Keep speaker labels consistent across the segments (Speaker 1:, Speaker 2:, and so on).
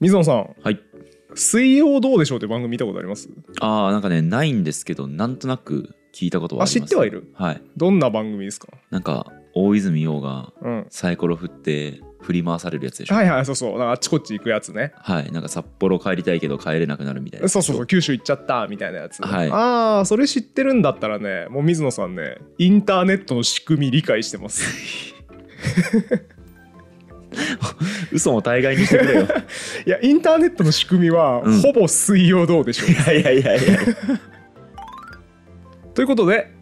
Speaker 1: 水野さん
Speaker 2: はい
Speaker 1: 「水曜どうでしょう」って番組見たことあります
Speaker 2: ああなんかねないんですけどなんとなく聞いたことはあ
Speaker 1: あ
Speaker 2: り
Speaker 1: 知
Speaker 2: ます
Speaker 1: ってはいる
Speaker 2: はい
Speaker 1: どんな番組ですか
Speaker 2: なんか大泉洋が
Speaker 1: うん
Speaker 2: サイコロ振って振り回されるやつでしょ
Speaker 1: はいはいそうそうなんかあっちこっち行くやつね
Speaker 2: はいなんか札幌帰りたいけど帰れなくなるみたいな
Speaker 1: そうそうそう九州行っちゃったみたいなやつ、
Speaker 2: はい
Speaker 1: ああそれ知ってるんだったらねもう水野さんねインターネットの仕組み理解してます
Speaker 2: 嘘も大概にしてくれよ
Speaker 1: いやインターネットの仕組みは、
Speaker 2: うん
Speaker 1: ほぼ水曜どうでしょ
Speaker 2: いやいやいやいや
Speaker 1: うということで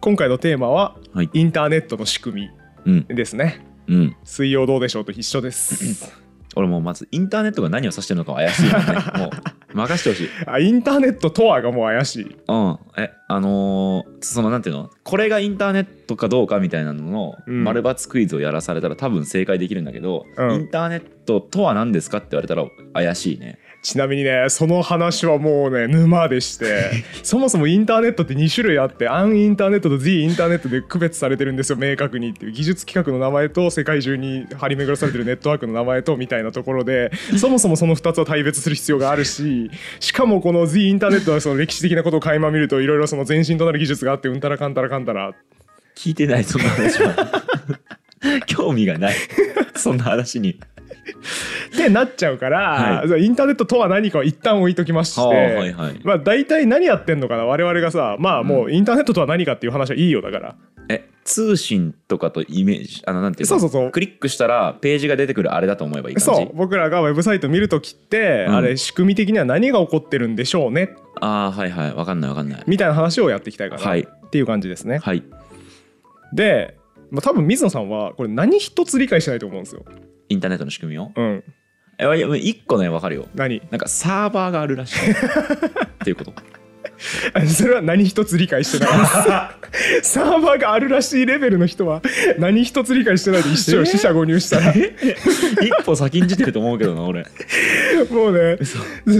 Speaker 1: 今回のテーマは
Speaker 2: はい
Speaker 1: インターネットの仕組
Speaker 2: うん
Speaker 1: みですね
Speaker 2: うん
Speaker 1: 水曜どうでしょうと一緒です
Speaker 2: 俺もうまずインターネットが何を指してるのかは怪しいよねもう任してほしい
Speaker 1: あインターネットとはがもう怪しい
Speaker 2: うんえあのーそのなんていうのこれがインターネットかどうかみたいなのの
Speaker 1: うん
Speaker 2: 丸×クイズをやらされたら多分正解できるんだけど、
Speaker 1: うん
Speaker 2: インターネットとは何ですかって言われたら怪しいね
Speaker 1: ちなみにねその話はもうね沼でして そもそもインターネットって2種類あってアンインターネットと Z インターネットで区別されてるんですよ明確にっていう技術企画の名前と世界中に張り巡らされてるネットワークの名前とみたいなところ でそもそもその2つは対別する必要があるししかもこの Z インターネットはその歴史的なことを垣間見るといろいろその前進となる技術があってうんたらかんたらかんたら
Speaker 2: 聞いてないそんな 話は興味がないそんな話に
Speaker 1: ってなっちゃうから、インターネットとは何かは一旦置いときまして、
Speaker 2: はあはいはい
Speaker 1: まあ大体何やってんのかな我々がさまあもうインターネットとは何かっていう話はいいよだから、
Speaker 2: え通信とかとイメージあのなんていうか
Speaker 1: そうそうそう
Speaker 2: クリックしたらページが出てくるあれだと思えばいい感じ
Speaker 1: そう僕らがウェブサイト見るときって、
Speaker 2: うん
Speaker 1: あれ仕組み的には何が起こってるんでしょうね
Speaker 2: ああはいはいわかんないわかんない
Speaker 1: みたいな話をやっていきたいかな、
Speaker 2: はい
Speaker 1: っていう感じですね、
Speaker 2: はい
Speaker 1: で、まあ、多分水野さんはこれ何一つ理解してないと思うんですよ
Speaker 2: インターネットの仕組みを
Speaker 1: うん
Speaker 2: えいや一個ねわかるよ
Speaker 1: 何
Speaker 2: なんかサーバーがあるらしいっていうこと
Speaker 1: それは何一つ理解してないです サーバーがあるらしいレベルの人は何一つ理解してないで一生死者誤入したら
Speaker 2: 一歩先んじてると思うけどな俺
Speaker 1: もうね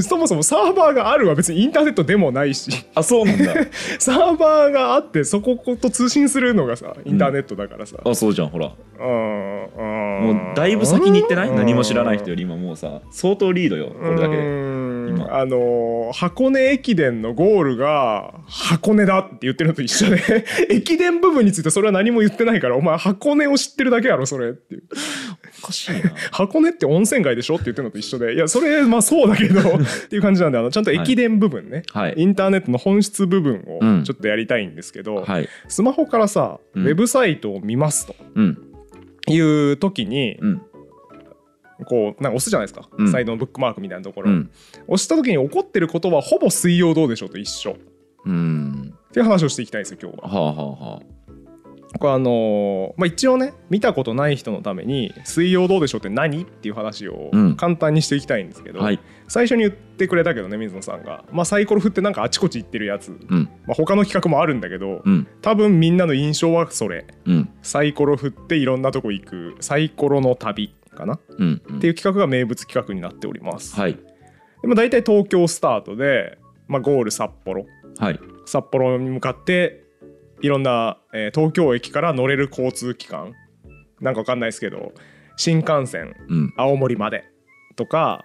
Speaker 1: そもそもサーバーがあるは別にインターネットでもないし
Speaker 2: あそうなんだ
Speaker 1: サーバーがあってそこと通信するのがさインターネットだからさ、
Speaker 2: あそうじゃんほら
Speaker 1: も
Speaker 2: もうだいぶ先に行ってない何も知らない人より今もうさ相当リードよこれだけで今
Speaker 1: あのー箱根駅伝のゴールが箱根だって言ってるのと一緒で 駅伝部分についてそれは何も言ってないからお前箱根を知ってるだけやろそれっていう
Speaker 2: おかしいな
Speaker 1: 箱根って温泉街でしょって言ってるのと一緒でいやそれまあそうだけ どっていう感じなんであのちゃんと駅伝部分ね、
Speaker 2: はい
Speaker 1: インターネットの本質部分
Speaker 2: う
Speaker 1: を
Speaker 2: ん
Speaker 1: ちょっとやりたいんですけど、
Speaker 2: はい
Speaker 1: スマホからさ、
Speaker 2: うん
Speaker 1: ウェブサイトを見ますと
Speaker 2: うん
Speaker 1: いう時に
Speaker 2: うん
Speaker 1: こうなんか押すじゃないですか、
Speaker 2: うん
Speaker 1: サイドのブックマークみたいなとこ
Speaker 2: う
Speaker 1: ろ、
Speaker 2: ん
Speaker 1: 押した時に起こってることはほぼ「水曜どうでしょう」と一緒っ
Speaker 2: うん
Speaker 1: ていう話をしていきたいんですよ今日は。
Speaker 2: はあはあはあ
Speaker 1: これあのーまあ、一応ね見たことない人のために「水曜どうでしょう」って何っていう話を
Speaker 2: うん
Speaker 1: 簡単にしていきたいんですけど、
Speaker 2: はい
Speaker 1: 最初に言ってくれたけどね水野さんが、まあ、サイコロ振ってなんかあちこち行ってるやつ、
Speaker 2: うん
Speaker 1: まあ、他の企画もあるんだけど、
Speaker 2: うん
Speaker 1: 多分みんなの印象はそれ
Speaker 2: うん
Speaker 1: サイコロ振っていろんなとこ行くサイコロの旅かなっ
Speaker 2: うんうん
Speaker 1: ていう企画が名物企画になっております、
Speaker 2: はい
Speaker 1: でまあ、大体東京スタートで、まあ、ゴール札幌
Speaker 2: はい
Speaker 1: 札幌に向かっていろんな、えー東京駅から乗れる交通機関なんかわかんないですけど新幹線
Speaker 2: うん
Speaker 1: 青森までとか、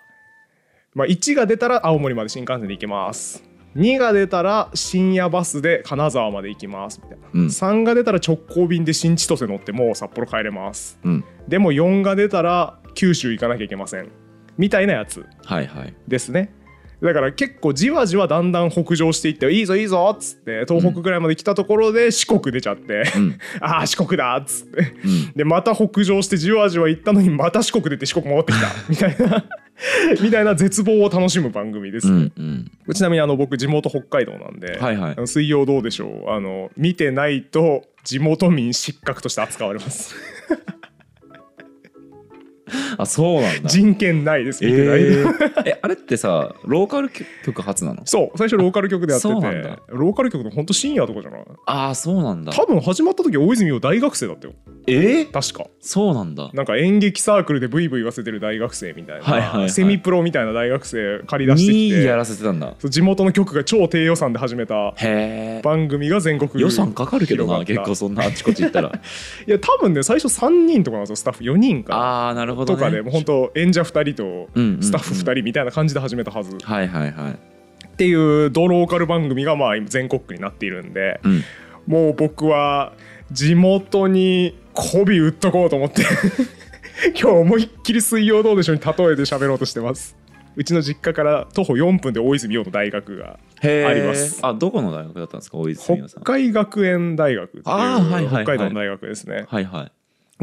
Speaker 1: まあ、1が出たら青森まで新幹線で行けます2が出たら深夜バスで金沢まで行きますみたいな、
Speaker 2: うん
Speaker 1: 3が出たら直行便で新千歳乗ってもう札幌帰れます
Speaker 2: うん
Speaker 1: でも4が出たら九州行かなきゃいけませんみたいなやつ
Speaker 2: はいはい
Speaker 1: ですねだから結構じわじわだんだん北上していっていいぞいいぞっつって東北ぐらいまで来たところで四国出ちゃって、
Speaker 2: うん
Speaker 1: ああ四国だっつって
Speaker 2: うん
Speaker 1: でまた北上してじわじわ行ったのにまた四国出て四国戻 ってきたみたいな みたいな絶望を楽しむ番組です、
Speaker 2: うんうん
Speaker 1: ちなみにあの僕地元北海道なんで、
Speaker 2: はいはい
Speaker 1: あの水曜どうでしょうあの見てないと地元民失格として扱われます
Speaker 2: あそうなんだ
Speaker 1: 人権ないです
Speaker 2: え
Speaker 1: 見てない、
Speaker 2: ーえあれってさローカル曲初なの
Speaker 1: そう最初ローカル局でやってて
Speaker 2: そうなんだ
Speaker 1: ローカル局のほんと深夜とかじゃない
Speaker 2: ああそうなんだ
Speaker 1: 多分始まった時大泉洋大学生だったよ
Speaker 2: えー
Speaker 1: 確か
Speaker 2: そうなんだ
Speaker 1: なんか演劇サークルでブイブイ言わせてる大学生みたいな、
Speaker 2: はいはいはい
Speaker 1: セミプロみたいな大学生借り出して
Speaker 2: に
Speaker 1: きて
Speaker 2: やらせてたんだ
Speaker 1: そう地元の局が超低予算で始めた
Speaker 2: へえ
Speaker 1: 番組が全国
Speaker 2: 予算かかるけど
Speaker 1: 広
Speaker 2: な結
Speaker 1: がった
Speaker 2: 構そんなあっちこっち 行ったら
Speaker 1: いや多分ね最初3人とかなんですよスタッフ4人か
Speaker 2: ああなるほど、
Speaker 1: と
Speaker 2: ね、
Speaker 1: かでもう本当演者2人
Speaker 2: うんうんうん
Speaker 1: とスタッフ2人みたいな感じで始めたはずっ
Speaker 2: はいはいはい、
Speaker 1: ていうドローカル番組がまあ今全国区になっているんで
Speaker 2: うん、
Speaker 1: もう僕は地元に媚び売っとこうと思って 今日思いっきり「水曜どうでしょう」に例えて喋ろうとしてますうちの実家から徒歩4分で大泉洋の大学が
Speaker 2: へー
Speaker 1: あります
Speaker 2: あどこの大学だったんですか大泉洋さ
Speaker 1: 北
Speaker 2: ん
Speaker 1: 海学園大学っていう
Speaker 2: あーはいはいはい
Speaker 1: 北海道の大学ですね
Speaker 2: はいはい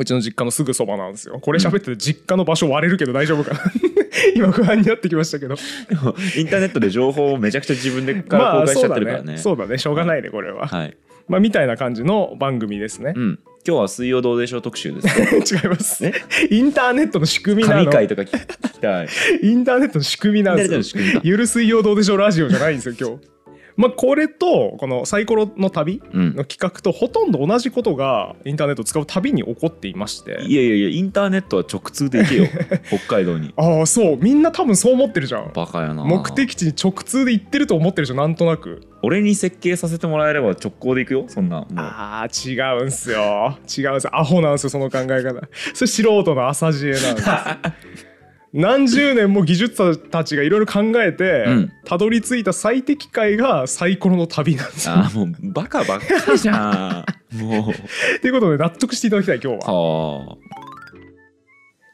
Speaker 2: う
Speaker 1: ちの実家のすぐそばなんですよこれ喋ってて実家の場所割れるけど大丈夫かな 今不安になってきましたけど
Speaker 2: でも インターネットで情報をめちゃくちゃ自分でから
Speaker 1: ま
Speaker 2: 公
Speaker 1: あ
Speaker 2: 開し
Speaker 1: そ
Speaker 2: ち
Speaker 1: う
Speaker 2: ゃっ
Speaker 1: だ
Speaker 2: てるからね,、
Speaker 1: ねそうだねしょうがないねこれは、
Speaker 2: はい、
Speaker 1: まあみたいな感じの番組ですね
Speaker 2: うん、今日は水曜どうでしょう特集です ね
Speaker 1: 違います
Speaker 2: え
Speaker 1: インターネットの仕組みな
Speaker 2: 神
Speaker 1: の
Speaker 2: 回とか聞きたい
Speaker 1: インターネットの仕組みなん
Speaker 2: インタ
Speaker 1: で
Speaker 2: ーネットの
Speaker 1: す
Speaker 2: 仕
Speaker 1: よ
Speaker 2: 組みだ
Speaker 1: ゆる水曜どうでしょうラジオじゃないんですよ今日まあこれとこのサイコロの旅
Speaker 2: うん
Speaker 1: の企画とほとんど同じことがインターネットを使う旅に起こっていまして
Speaker 2: いやいやいやインターネットは直通で行け よ北海道に
Speaker 1: ああそうみんな多分そう思ってるじゃん
Speaker 2: バカやな
Speaker 1: 目的地に直通で行ってると思ってるじゃんなんとなく
Speaker 2: 俺に設計させてもらえれば直行で行くよそんなもう
Speaker 1: ああ違うんすよ違うんすよアホなんすよその考え方 それ素人の浅知恵なんです 何十年も技術者たちがいろいろ考えて
Speaker 2: うん
Speaker 1: たど、り着いた最適解がサイコロの旅なんですよ
Speaker 2: あーもうバカばっかりじゃんもう
Speaker 1: っていうことで納得していただきたい今日は
Speaker 2: はあ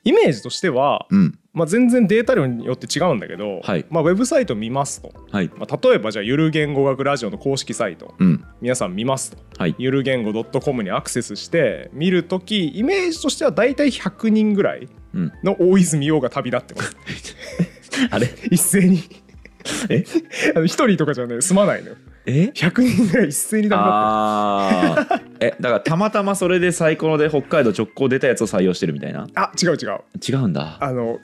Speaker 1: イメージとしては、
Speaker 2: うん
Speaker 1: まあ、全然データ量によって違うんだけど、
Speaker 2: はい
Speaker 1: まあ、ウェブサイト見ますと、
Speaker 2: はい
Speaker 1: まあ、例えばじゃあゆる言語学ラジオの公式サイト
Speaker 2: うん
Speaker 1: 皆さん見ますと
Speaker 2: はい
Speaker 1: ゆる言語 .com にアクセスして見るときイメージとしては大体100人ぐらい
Speaker 2: うん
Speaker 1: の大泉洋が旅立ってます
Speaker 2: あれ
Speaker 1: 一斉に
Speaker 2: え
Speaker 1: あの一人とかじゃね済まないのよ
Speaker 2: え
Speaker 1: 100人ぐらい一斉に旅立ってま
Speaker 2: ああえだからたまたまそれでサイコロで北海道直行出たやつを採用してるみたいな
Speaker 1: すあ違う違う
Speaker 2: 違うんだ
Speaker 1: あの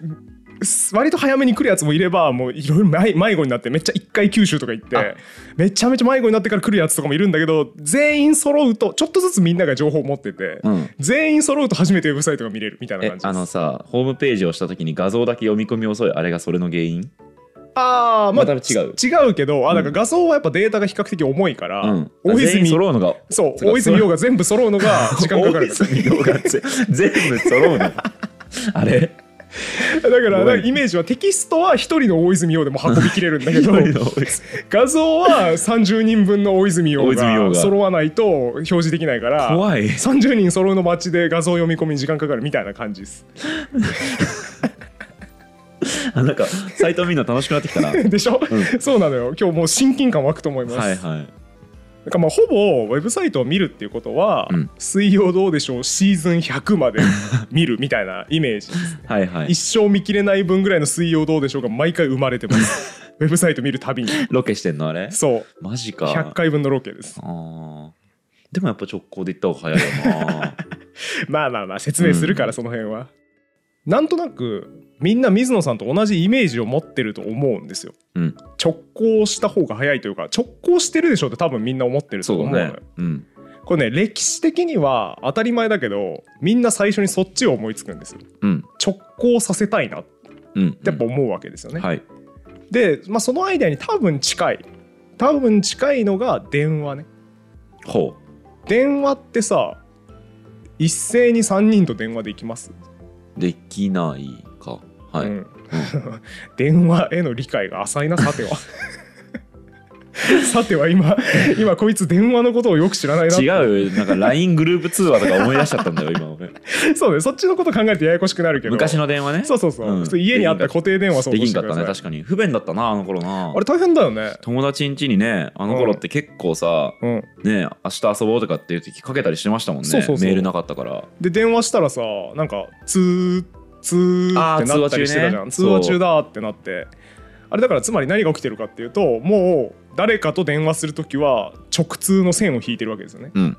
Speaker 1: す割と早めに来るやつもいればもういろいろ迷迷子になってめっちゃ一回九州とか行っ
Speaker 2: あ
Speaker 1: てめちゃめちゃ迷子になってから来るやつとかもいるんだけど全員揃うとちょっとずつみんなが情報を持ってて、
Speaker 2: うん
Speaker 1: 全員揃うと初めてウェブサイトが見れるみたいな
Speaker 2: え
Speaker 1: 感じです
Speaker 2: あのさホームページをした時に画像だけ読み込み遅いあれがそれの原因
Speaker 1: ああまあ、
Speaker 2: また違う
Speaker 1: ち違うけどあなんか画像はやっぱデータが比較的重いから、
Speaker 2: うん
Speaker 1: 大
Speaker 2: 全員
Speaker 1: 泉
Speaker 2: 揃うのが
Speaker 1: そう
Speaker 2: そうか
Speaker 1: 大泉洋が全部揃うのが 時間かかる
Speaker 2: 大泉洋がぜ全部揃うのあれ
Speaker 1: だから
Speaker 2: すごい
Speaker 1: なんかイメージはテキストは一人の大泉洋でも運びきれるんだけ ど画像は30人分の大泉洋
Speaker 2: 大泉洋
Speaker 1: が
Speaker 2: が
Speaker 1: 揃わないと表示できないから
Speaker 2: 怖い
Speaker 1: 30人揃うの待ちで画像読み込みに時間かかるみたいな感じです
Speaker 2: あなんかサイト見るの楽しくなってきたなは
Speaker 1: でしょ、
Speaker 2: う
Speaker 1: そうなのよ今日もう親近感湧くと思います、
Speaker 2: いはい
Speaker 1: だからまあほぼウェブサイトを見るっていうことは「
Speaker 2: うん
Speaker 1: 水曜どうでしょう」シーズン100まで見るみたいな イメージですね
Speaker 2: はいはい
Speaker 1: 一生見切れない分ぐらいの「水曜どうでしょう」が毎回生まれてます ウェブサイト見るたびに
Speaker 2: ロケしてんのあれ
Speaker 1: そう
Speaker 2: マジか
Speaker 1: 100回分のロケです
Speaker 2: あーでもやっぱ直行で行った方が早いよ な
Speaker 1: まあまあまあ説明するか
Speaker 2: う
Speaker 1: ら
Speaker 2: ん
Speaker 1: その辺は、なんとなくみんな水野さんと同じイメージを持ってると思うんですよ、
Speaker 2: うん
Speaker 1: 直行した方が早いというか直行してるでしょって多分みんな思ってると
Speaker 2: そ
Speaker 1: 思う
Speaker 2: う
Speaker 1: の
Speaker 2: だ
Speaker 1: よ
Speaker 2: ねうん
Speaker 1: これね歴史的には当たり前だけどみんな最初にそっちを思いつくんですよ
Speaker 2: うん
Speaker 1: 直行させたいなって
Speaker 2: うん
Speaker 1: やっぱ思うわけですよね、
Speaker 2: はい
Speaker 1: で、まあ、そのアイデアに多分近い多分近いのが電話ね
Speaker 2: ほ
Speaker 1: 電話ってさ一斉に3人と電話できます、
Speaker 2: うできないかはい、
Speaker 1: うん 電話への理解が浅いなさて はさては今今こいつ電話のことをよく知らないなって
Speaker 2: 違うなんか LINE グループ通話とか思い出しちゃった んだよ今俺
Speaker 1: そうねそっちのこと考えてややこしくなるけど
Speaker 2: 昔の電話ね
Speaker 1: そうそうそう、
Speaker 2: うん
Speaker 1: 普通家にあった固定電話想
Speaker 2: で
Speaker 1: 像
Speaker 2: き
Speaker 1: し
Speaker 2: んか
Speaker 1: て
Speaker 2: っ
Speaker 1: く
Speaker 2: た
Speaker 1: ださ
Speaker 2: ね
Speaker 1: い
Speaker 2: 確かに不便だったなあの頃な
Speaker 1: あれ大変だよね
Speaker 2: 友達ん家にねあの頃って結構さ、
Speaker 1: うん
Speaker 2: ね明日遊ぼうとかっていう時かけたりしてましたもんね
Speaker 1: そうそうそう
Speaker 2: メールなかったから
Speaker 1: で電話したらさなんかツーツーってなったりしてたじゃ
Speaker 2: あー
Speaker 1: ん
Speaker 2: 通
Speaker 1: 通
Speaker 2: 話中
Speaker 1: 話中
Speaker 2: ね
Speaker 1: だってなってあれだからつまり何が起きてるかっていうともう誰かと電話する時は直通の線を引いてるわけですよね
Speaker 2: うん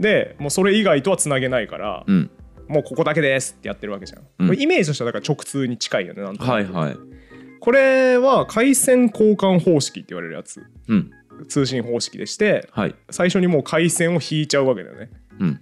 Speaker 1: でもうそれ以外とはつなげないから、
Speaker 2: うん
Speaker 1: もうここだけですってやってるわけじゃん、
Speaker 2: うん
Speaker 1: これイメージとしてはだから直通に近いよねなんとなく
Speaker 2: はいはい
Speaker 1: これは回線交換方式って言われるやつ
Speaker 2: うん
Speaker 1: 通信方式でして
Speaker 2: はい
Speaker 1: 最初にもう回線を引いちゃうわけだよね
Speaker 2: うん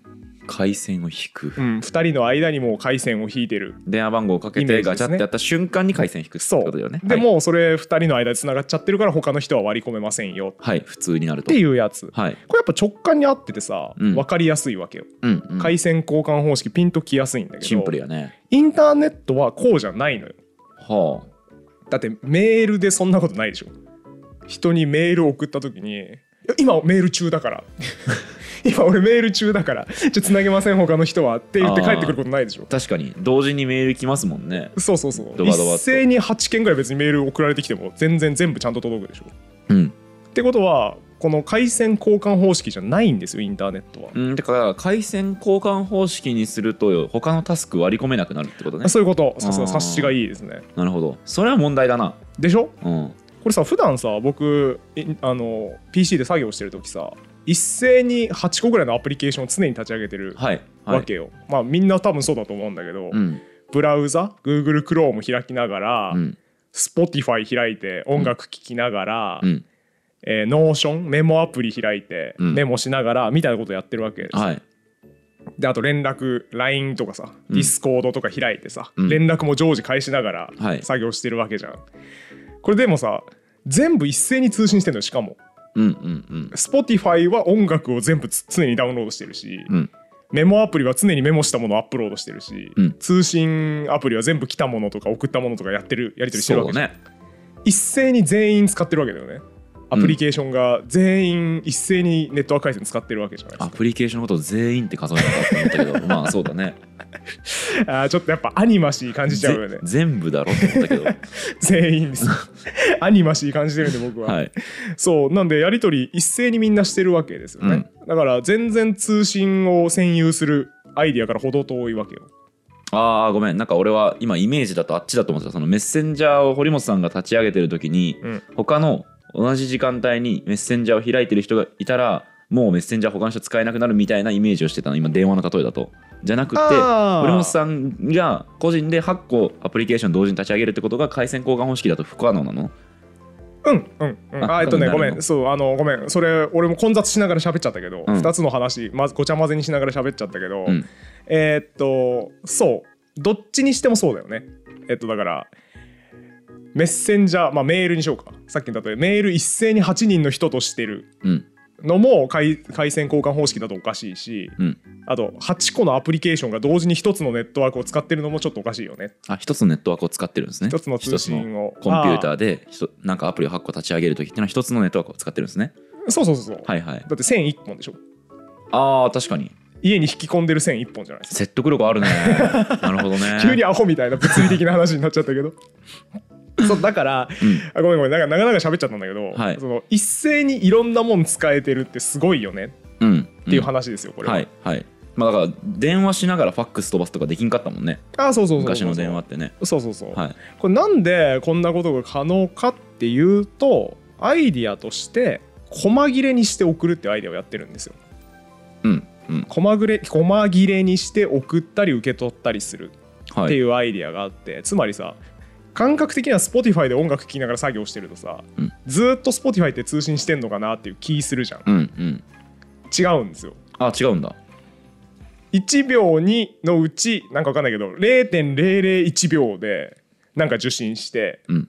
Speaker 2: 回線を引く
Speaker 1: うん、2人の間にもう回線を引いてる
Speaker 2: 電話番号をかけ
Speaker 1: イメージ
Speaker 2: て
Speaker 1: で
Speaker 2: ガ
Speaker 1: すね
Speaker 2: チャってやった瞬間に回線引くって
Speaker 1: そ
Speaker 2: こ
Speaker 1: う
Speaker 2: とだよね
Speaker 1: で
Speaker 2: はい
Speaker 1: もうそれ2人の間でつながっちゃってるから他の人は割り込めませんよっ
Speaker 2: はい普通になると
Speaker 1: ていうやつ
Speaker 2: はい
Speaker 1: これやっぱ直感に合っててさ、
Speaker 2: うん
Speaker 1: 分かりやすいわけよ
Speaker 2: うん、うん
Speaker 1: 回線交換方式ピンときやすいんだけど
Speaker 2: シンプルやね
Speaker 1: インターネットはこうじゃないのよ
Speaker 2: は
Speaker 1: だってメールでそんなことないでしょ人にメールを送った時にいや「今メール中だ から」「今俺メール中だから」「じゃあつなげません他の人は」って言って帰ってくることないでしょ
Speaker 2: あ確かに同時にメール来ますもんね
Speaker 1: そうそうそう
Speaker 2: ドバドバっと
Speaker 1: 一斉に8件ぐらい別にメール送られてきても全然全部ちゃんと届くでしょ
Speaker 2: うん
Speaker 1: ってことはこの回線交換方式じゃないんですよインターネットは、
Speaker 2: うんだから回線交換方式にすると他のタスク割り込めなくなるってことね
Speaker 1: そういうことさすが
Speaker 2: あー
Speaker 1: 察しがいいですね
Speaker 2: なるほどそれは問題だな
Speaker 1: でしょ
Speaker 2: うん
Speaker 1: これさ普段さ僕いあの PC で作業してる時さ一斉に8個ぐらいのアプリケーションを常に立ち上げてる
Speaker 2: はいはい
Speaker 1: わけよ、まあみんな多分そうだと思うんだけど、
Speaker 2: うん
Speaker 1: ブラウザ Google Chrome 開きながら、
Speaker 2: うん
Speaker 1: Spotify 開いて音楽聴きながら、
Speaker 2: うん
Speaker 1: えー、Notion メモアプリ開いて、
Speaker 2: うん
Speaker 1: メモしながらみたいなことやってるわけです、
Speaker 2: はい
Speaker 1: であと連絡 LINE とかさ、
Speaker 2: うん
Speaker 1: Discord とか開いてさ、
Speaker 2: うん
Speaker 1: 連絡も常時返しながら
Speaker 2: はい
Speaker 1: 作業してるわけじゃん、これでもさ全部一斉に通信してんのよしかも
Speaker 2: うんうんうん
Speaker 1: Spotify は音楽を全部つ常にダウンロードしてるし、
Speaker 2: うん
Speaker 1: メモアプリは常にメモしたものをアップロードしてるし、
Speaker 2: うん
Speaker 1: 通信アプリは全部来たものとか送ったものとかやってるやり取りしてる
Speaker 2: そ
Speaker 1: わ
Speaker 2: う
Speaker 1: け、
Speaker 2: だね
Speaker 1: 一斉に全員使ってるわけだよねアプリケーションが全員一斉にネットワーク回線使ってるわけじゃないですか
Speaker 2: アプリケーションのこと全員って数えなかったと思ったけどまあそう だね
Speaker 1: あーちょっとやっぱアニマシー感じちゃうよね
Speaker 2: ぜ全部だろって思っ たけど
Speaker 1: 全員ですアニマシー感じてるんで僕は、
Speaker 2: はい
Speaker 1: そうなんでやり取り一斉にみんなしてるわけですよね、だから全然通信を占有するアイディアからほど遠いわけよ
Speaker 2: あーごめんなんか俺は今イメージだとあっちだと思ってたそのメッセンジャーを堀本さんが立ち上げてる時に、
Speaker 1: うん
Speaker 2: 他の同じ時間帯にメッセンジャーを開いてる人がいたらもうメッセンジャー保管者使えなくなるみたいなイメージをしてたの今電話の例えだとじゃなくて
Speaker 1: あー
Speaker 2: 堀本さんが個人で8個アプリケーション同時に立ち上げるってことが回線交換方式だと不可能なの
Speaker 1: うんうんうんあ
Speaker 2: あ
Speaker 1: えっとね
Speaker 2: 多
Speaker 1: ご
Speaker 2: 分なるの
Speaker 1: めんそうあのごめんそれ俺も混雑しながら喋っちゃったけど、
Speaker 2: う
Speaker 1: 二
Speaker 2: ん
Speaker 1: 2つの話、ま、ごちゃ混ぜにしながら喋っちゃったけど、
Speaker 2: うん
Speaker 1: えーっとそうどっちにしてもそうだよねえっとだからメッセンジャー、まあ、メールにしようかさっきの例えメール一斉に8人の人としてる
Speaker 2: うん
Speaker 1: のも回回線交換方式だとおかしいし、
Speaker 2: うん
Speaker 1: あと8個のアプリケーションが同時に1つのネットワークを使ってるのもちょっとおかしいよね
Speaker 2: あ一つのネットワークを使ってるんですね
Speaker 1: 1つの通信を
Speaker 2: 一つのコンピュータ
Speaker 1: あ
Speaker 2: ーでひとなんかアプリを8個立ち上げる時っていうのは一つのネットワークを使ってるんですね
Speaker 1: ーそうそうそうそう、
Speaker 2: はいはい
Speaker 1: だって線1本でしょ
Speaker 2: あー確かに
Speaker 1: 家に引き込んでる線1本じゃないですか
Speaker 2: 説得力あ るねなるほどね
Speaker 1: 急にアホみたいな物理的な話になっちゃったけ どそうだから
Speaker 2: うん
Speaker 1: あごめんごめんなんか長々喋っちゃったんだけど、
Speaker 2: はい
Speaker 1: その一斉にいろんなもん使えてるってすごいよね
Speaker 2: うん
Speaker 1: っていう
Speaker 2: 話、
Speaker 1: 話ですよ、これは、
Speaker 2: はいはいまあだから電話しながらファックス飛ばすとかできんかったもんね
Speaker 1: あそうそうそうそう
Speaker 2: 昔の電話ってね
Speaker 1: そうそうそう、
Speaker 2: はい
Speaker 1: これなんでこんなことが可能かっていうとアイディアとして細切れにして送るってアイディアをやってるんですよ
Speaker 2: うんうん
Speaker 1: 細切れ細切れにして送ったり受け取ったりするっ
Speaker 2: は
Speaker 1: て
Speaker 2: い
Speaker 1: いうアイディアがあって、つまりさ感覚的には Spotify で音楽聴きながら作業してるとさ、
Speaker 2: うん
Speaker 1: ずーっと Spotify って通信してんのかなっていう気するじゃん
Speaker 2: うんうん
Speaker 1: 違うんですよ
Speaker 2: あ違うんだ
Speaker 1: 1秒にのうちなんかわかんないけど0.001秒でなんか受信して
Speaker 2: うん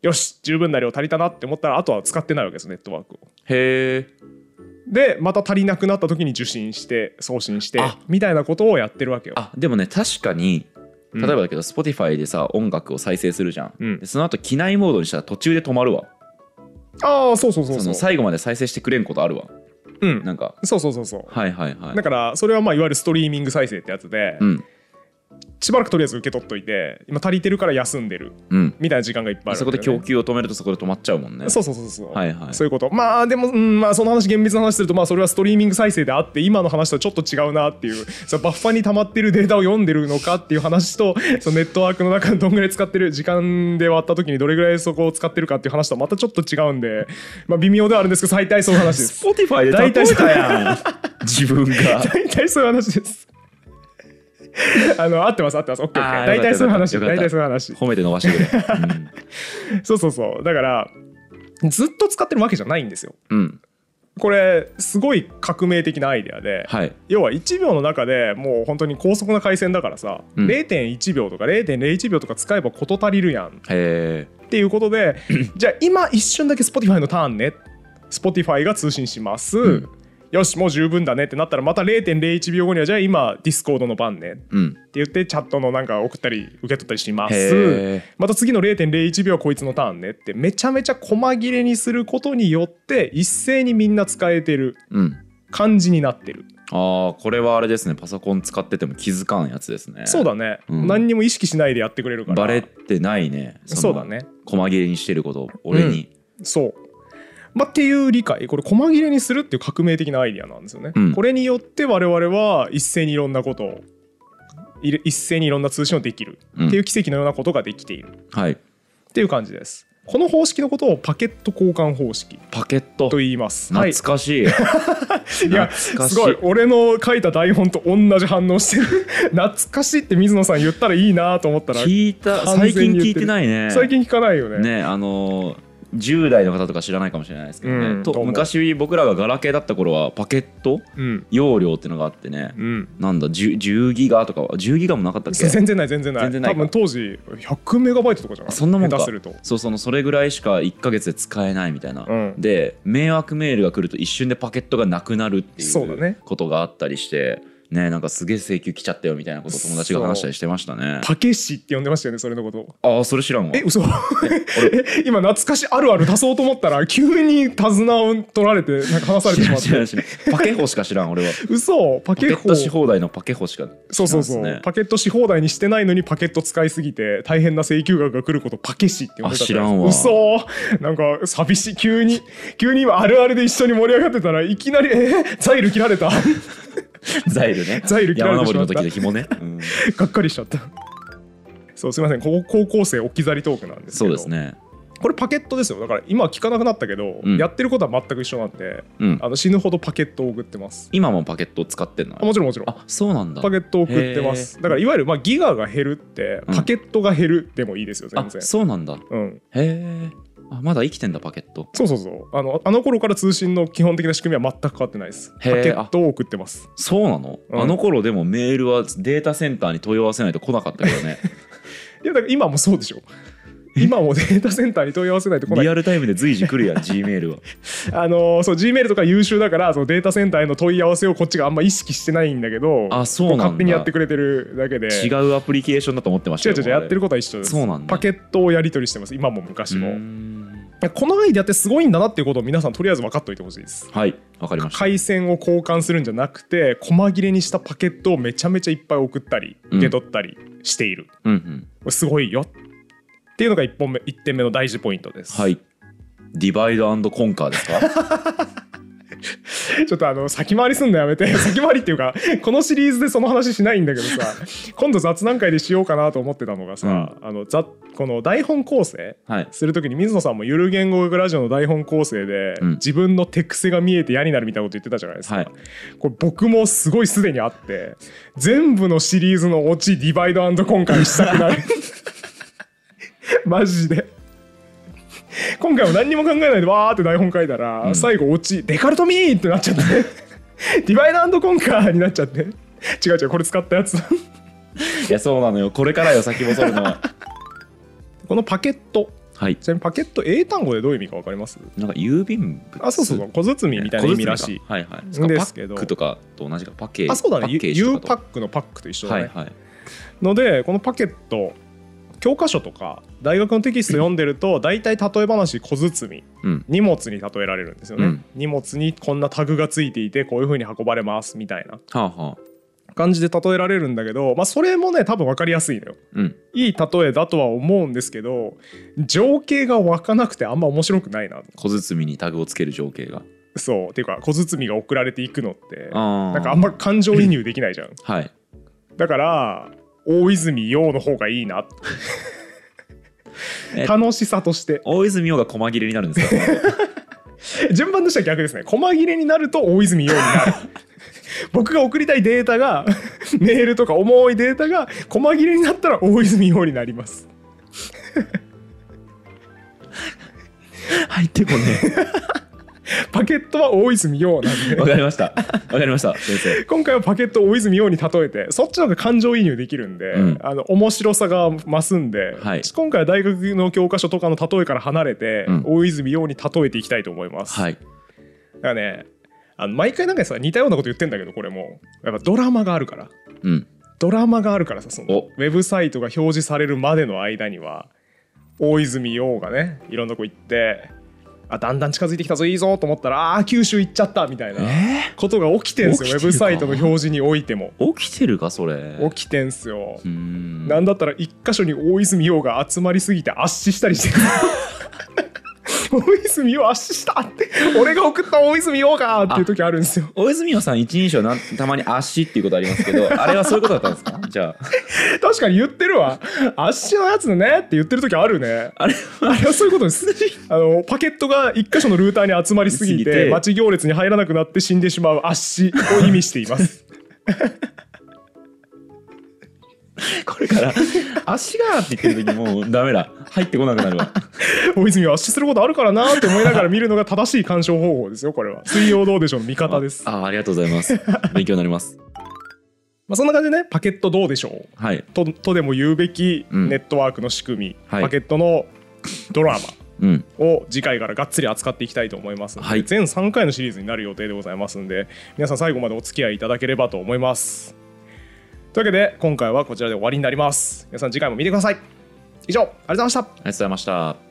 Speaker 1: よし十分な量足りたなって思ったらあとは使ってないわけですネットワークを
Speaker 2: へえ
Speaker 1: でまた足りなくなった時に受信して送信して
Speaker 2: あ
Speaker 1: みたいなことをやってるわけよ
Speaker 2: あでもね確かに
Speaker 1: うん
Speaker 2: 例えばだけど Spotify でさ音楽を再生するじゃん、
Speaker 1: うん
Speaker 2: でその後機内モードにしたら途中で止まるわ
Speaker 1: ああそうそうそう
Speaker 2: そ
Speaker 1: そう
Speaker 2: の最後まで再生してくれんことあるわ
Speaker 1: うん
Speaker 2: なんか
Speaker 1: そうそうそうそう
Speaker 2: はいはいはい
Speaker 1: だからそれはまあいわゆるストリーミング再生ってやつで、
Speaker 2: うん
Speaker 1: しばらくとりあえず受け取っといて今足りてるから休んでる
Speaker 2: うん
Speaker 1: みたいな時間がいっぱいある
Speaker 2: そ
Speaker 1: わ
Speaker 2: こ
Speaker 1: け
Speaker 2: で
Speaker 1: だよ
Speaker 2: 供
Speaker 1: ね、
Speaker 2: 給を止めるとそこで止まっちゃうもんね
Speaker 1: そうそうそうそう、
Speaker 2: はいはい
Speaker 1: そういうことまあでも、うんまあ、その話厳密な話するとまあそれはストリーミング再生であって今の話とはちょっと違うなっていうそのバッファに溜まってるデータを読んでるのかっていう話とそのネットワークの中でどんぐらい使ってる時間で割った時にどれぐらいそこを使ってるかっていう話とはまたちょっと違うんで、まあ、微妙ではあるんですけど最大そういう話です
Speaker 2: Spotify で
Speaker 1: 大体そう
Speaker 2: やん自分が
Speaker 1: 大体そういう話 ですあの合ってます合ってます OKOK
Speaker 2: あー
Speaker 1: 大体そういう話
Speaker 2: よかっ
Speaker 1: 大
Speaker 2: たよかった
Speaker 1: 体そういう話
Speaker 2: 褒めて伸ばして くれ、うん
Speaker 1: そうそうそうだからずっと使ってるわけじゃないんですよ
Speaker 2: うん
Speaker 1: これすごい革命的なアイデアで、
Speaker 2: はい
Speaker 1: 要は1秒の中でもう本当に高速な回線だからさ、
Speaker 2: うん
Speaker 1: 0.1秒とか0.01秒とか使えば事足りるやん
Speaker 2: へ
Speaker 1: っていうことでじゃあ今一瞬だけ Spotify のターンね Spotify が通信します、
Speaker 2: うん
Speaker 1: よしもう十分だねってなったらまた0.01秒後にはじゃあ今 Discord の番ねって
Speaker 2: ーうん
Speaker 1: 言ってチャットのなんか送ったり受け取ったりします
Speaker 2: へー
Speaker 1: また次の0.01秒こいつのターンねってめちゃめちゃ細切れにすることによって一斉にみんな使えてる
Speaker 2: うん
Speaker 1: 感じになってる
Speaker 2: ああこれはあれですねパソコン使ってても気づかんやつですね
Speaker 1: そうだね、
Speaker 2: うん
Speaker 1: 何にも意識しないでやってくれるから
Speaker 2: バレてないねの
Speaker 1: そうだね
Speaker 2: 細切れにしてることを俺に
Speaker 1: そう、まあ、っていう理解これ細切れにするっていう革命的なアイディアなんですよね、
Speaker 2: うん
Speaker 1: これによって我々は一斉にいろんなことをいれ一斉にいろんな通信をできる
Speaker 2: うん
Speaker 1: っていう奇跡のようなことができているっ
Speaker 2: はい
Speaker 1: ていう感じですこの方式のことをパケット交換方式
Speaker 2: パケット
Speaker 1: と言いますは
Speaker 2: 懐
Speaker 1: い
Speaker 2: かしい
Speaker 1: いや
Speaker 2: 懐かし
Speaker 1: すごい俺の書いた台本と同じ反応してる 懐かしいって水野さん言ったらいいなと思ったら
Speaker 2: 聞いた
Speaker 1: 完
Speaker 2: 最
Speaker 1: 全
Speaker 2: 近
Speaker 1: に言ってる
Speaker 2: 聞いてないね
Speaker 1: 最近聞かないよね
Speaker 2: ねあのー10代の方とか知らないかもしれないですけどね、
Speaker 1: うん
Speaker 2: と
Speaker 1: どうも
Speaker 2: 昔僕らがガラケーだった頃はパケット
Speaker 1: うん
Speaker 2: 容量ってのがあってね、
Speaker 1: うん
Speaker 2: なんだ 10, 10ギガとかは10ギガもなかったっけ
Speaker 1: 全然ない全然ない
Speaker 2: 全然ない
Speaker 1: 多
Speaker 2: か
Speaker 1: 分当時100メガバイトとかじゃない
Speaker 2: あそんなもんか
Speaker 1: 下手すると
Speaker 2: そうそのそれぐらいしか1ヶ月で使えないみたいな、
Speaker 1: うん
Speaker 2: で迷惑メールが来ると一瞬でパケットがなくなるってい
Speaker 1: そうだね
Speaker 2: うことがあったりしてねなんかすげえ請求来ちゃったよみたいなこと友達が話したりしてましたね
Speaker 1: パケシって呼んでましたよねそれのこと
Speaker 2: ああそれ知らんわ
Speaker 1: え 嘘え今懐かしあるある足そうと思ったら急に手綱を取られてなんか話されてしまっ
Speaker 2: 知ら
Speaker 1: て
Speaker 2: ん知らん知らんパケホしか知らん俺は
Speaker 1: 嘘 パ
Speaker 2: パケ
Speaker 1: ケ
Speaker 2: ッ
Speaker 1: 法
Speaker 2: トし放題のパケホしか知らんで
Speaker 1: そ
Speaker 2: す
Speaker 1: う
Speaker 2: ね
Speaker 1: そうそう、パケットし放題にしてないのにパケット使いすぎて大変な請求額が来ることパケシって呼んでたじゃないですか嘘なんか寂しい急に急に今あるあるで一緒に盛り上がってたらいきなりえザイル切られた
Speaker 2: ザイルね
Speaker 1: ザイル切られ
Speaker 2: 山
Speaker 1: てし
Speaker 2: 登り
Speaker 1: まっ
Speaker 2: の
Speaker 1: た
Speaker 2: 時の紐ね、うん
Speaker 1: がっかりしちゃったそうすいませんここ高校生置き去りトークなんですけ
Speaker 2: そう
Speaker 1: ど
Speaker 2: ですね
Speaker 1: これパケットですよだから今聞かなくなったけど、
Speaker 2: うん
Speaker 1: やってることは全く一緒なんで
Speaker 2: うん
Speaker 1: あの死ぬほどパケットを送ってます
Speaker 2: 今もパケットを使ってんの
Speaker 1: あもちろんもちろん
Speaker 2: あそうなんだ
Speaker 1: パケットを送ってますだからいわゆるまあギガが減るって
Speaker 2: うん
Speaker 1: パケットが減るでもいいですよ全
Speaker 2: あ
Speaker 1: 然、
Speaker 2: そうなんだへ
Speaker 1: うん、
Speaker 2: えあまだ生きてんだパケット
Speaker 1: そうそうそうあのあの頃から通信の基本的な仕組みは全く変わってないですパ
Speaker 2: へー
Speaker 1: ケットを送ってます
Speaker 2: そうなの、
Speaker 1: うん
Speaker 2: あの頃でもメールはデータセンターに問い合わせないと来なかったけどね
Speaker 1: いやだから今もそうでしょ今もデータセンターに問い合わせないと 来ない
Speaker 2: リアルタイムで随時 来るやん G メールは
Speaker 1: あのーそう G メールとか優秀だからそのデータセンターへの問い合わせをこっちがあんま意識してないんだけど
Speaker 2: あそうなんだ
Speaker 1: 勝手にやってくれてるだけで
Speaker 2: 違うアプリケーションだと思ってまし
Speaker 1: 違
Speaker 2: た
Speaker 1: う違う違うやってる
Speaker 2: こ
Speaker 1: ことは一緒です
Speaker 2: そうなんだ
Speaker 1: パケットをやり取りしてます今も昔もい
Speaker 2: も
Speaker 1: やこのアイデアってすごいんだなっていうことを皆さんとりあえず分かっておいてほしいです
Speaker 2: はいわかりました
Speaker 1: 回線を交換するんじゃなくて細切れにしたパケットをめちゃめちゃいっぱい送ったり
Speaker 2: うん
Speaker 1: 受け取ったりしている、
Speaker 2: うんうん
Speaker 1: すごいよっていうのが1本目1点目の大事ポイントです、
Speaker 2: はいディバイドコンカーです か
Speaker 1: ちょっとあの先回りすんのやめて 先回りっていうかこのシリーズでその話しないんだけどさ今度雑談会でしようかなと思ってたのがさ、あのざこの台本構成
Speaker 2: はい
Speaker 1: するときに水野さんもゆる言語学ラジオの台本構成で、
Speaker 2: うん
Speaker 1: 自分の手癖が見えて嫌になるみたいなこと言ってたじゃないですか、
Speaker 2: はい
Speaker 1: これ僕もすごいすでにあって全部のシリーズのオチディバイドコンカーにしたくな るマジで今回も何にも考えないでわーって台本書いたら、
Speaker 2: うん
Speaker 1: 最後オチデカルトミーってなっ ちゃってディバイドコンカーになっちゃって違う違うこれ使ったやつ
Speaker 2: いやそうなのよこれからよ先細る のは
Speaker 1: このパケット
Speaker 2: はい
Speaker 1: ちなみにパケット英単語でどういう意味か分かります
Speaker 2: なんか郵便物
Speaker 1: あそうそうそう小包みたいな意味らしい
Speaker 2: はいはいそっか
Speaker 1: ですけど
Speaker 2: パックとかと同じかパッケージ
Speaker 1: あそうだね
Speaker 2: パッケージ
Speaker 1: U
Speaker 2: と
Speaker 1: パッ
Speaker 2: か
Speaker 1: クのパックと一緒
Speaker 2: と
Speaker 1: だね、
Speaker 2: はいはい
Speaker 1: のでこのパケット教科書とか大学のテキスト読んでると大体例え話小包み
Speaker 2: うん
Speaker 1: 荷物に例えられるんですよね、
Speaker 2: うん
Speaker 1: 荷物にこんなタグがついていてこういう風に運ばれますみたいな
Speaker 2: はあはあ
Speaker 1: 感じで例えられるんだけど、まあ、それもね多分分かりやすいのよ
Speaker 2: うん
Speaker 1: いい例えだとは思うんですけど情景が湧かなくてあんま面白くないな
Speaker 2: 小包にタグをつける情景が
Speaker 1: そうっていうか小包が送られていくのって
Speaker 2: あ
Speaker 1: なんかあんま感情移入できないじゃん
Speaker 2: はい
Speaker 1: だから大泉洋の方がいいな
Speaker 2: え
Speaker 1: 楽しさとして
Speaker 2: 大泉洋が細切れになるんです か
Speaker 1: 順番としては逆ですね細切れになると大泉洋に なる僕が送りたいデータがメールとか重いデータが細切れになったら大泉洋になります
Speaker 2: 入ってこね
Speaker 1: パケットは大泉洋なんで
Speaker 2: わかりました。わかりました。先生。
Speaker 1: 今回はパケットを大泉洋に例えてそっちの方が感情移入できるんで、
Speaker 2: うん
Speaker 1: あの面白さが増すんで、
Speaker 2: はい
Speaker 1: 今回は大学の教科書とかの例えから離れて、
Speaker 2: うん
Speaker 1: 大泉洋に例えていきたいと思います、
Speaker 2: はい。
Speaker 1: だからねあの毎回なんかさ似たようなこと言ってんだけどこれもやっぱドラマがあるから
Speaker 2: うん。
Speaker 1: ドラマがあるからさその
Speaker 2: お
Speaker 1: ウェブサイトが表示されるまでの間には大泉洋がねいろんなとこ行ってあだんだん近づいてきたぞいいぞと思ったらあー九州行っちゃったみたいな
Speaker 2: え
Speaker 1: ことが起きてんすよウェ
Speaker 2: 起きてる
Speaker 1: ブ
Speaker 2: か
Speaker 1: サイトの表示においても
Speaker 2: ー、起きてるかそれ。
Speaker 1: 起きてんすよ
Speaker 2: うーん。
Speaker 1: なんだったら一箇所に大泉洋が集まりすぎて圧死したり して 大泉洋圧死したって俺が送った大泉洋がっていう時あるんですよ
Speaker 2: 大泉洋さん一人称なんたまに足っていうことあります けど、あれはそういうことだったんですかじゃあ。
Speaker 1: 確かに言ってるわ圧死のやつねって言ってる時あるね
Speaker 2: あれ
Speaker 1: あれはそういうことです。あのパケットが一箇所のルーターに集まりすぎ
Speaker 2: すぎ
Speaker 1: て
Speaker 2: て
Speaker 1: 待ち行列に入らなくなって死んでしまう圧死を意味しています。
Speaker 2: これから足がーって言ってる時もうダメだ。入ってこなくなるわ。
Speaker 1: 大泉は圧死することあるからなって思いながら見るのが正しい鑑賞方法ですよこれは。水曜どうでしょうの見方です。
Speaker 2: ああありがとうございます。勉強になります。
Speaker 1: まあそんな感じでねパケットどうでしょう
Speaker 2: はい。
Speaker 1: ととでも言うべき
Speaker 2: うん
Speaker 1: ネットワークの仕組み、
Speaker 2: はい
Speaker 1: パケットのドラマ。
Speaker 2: うん。
Speaker 1: を次回からがっつり扱っていきたいと思いますので、
Speaker 2: はい
Speaker 1: 全3回のシリーズになる予定でございますので皆さん最後までお付き合いいただければと思いますというわけで今回はこちらで終わりになります皆さん次回も見てください以上ありがとうございました
Speaker 2: ありがとうございました。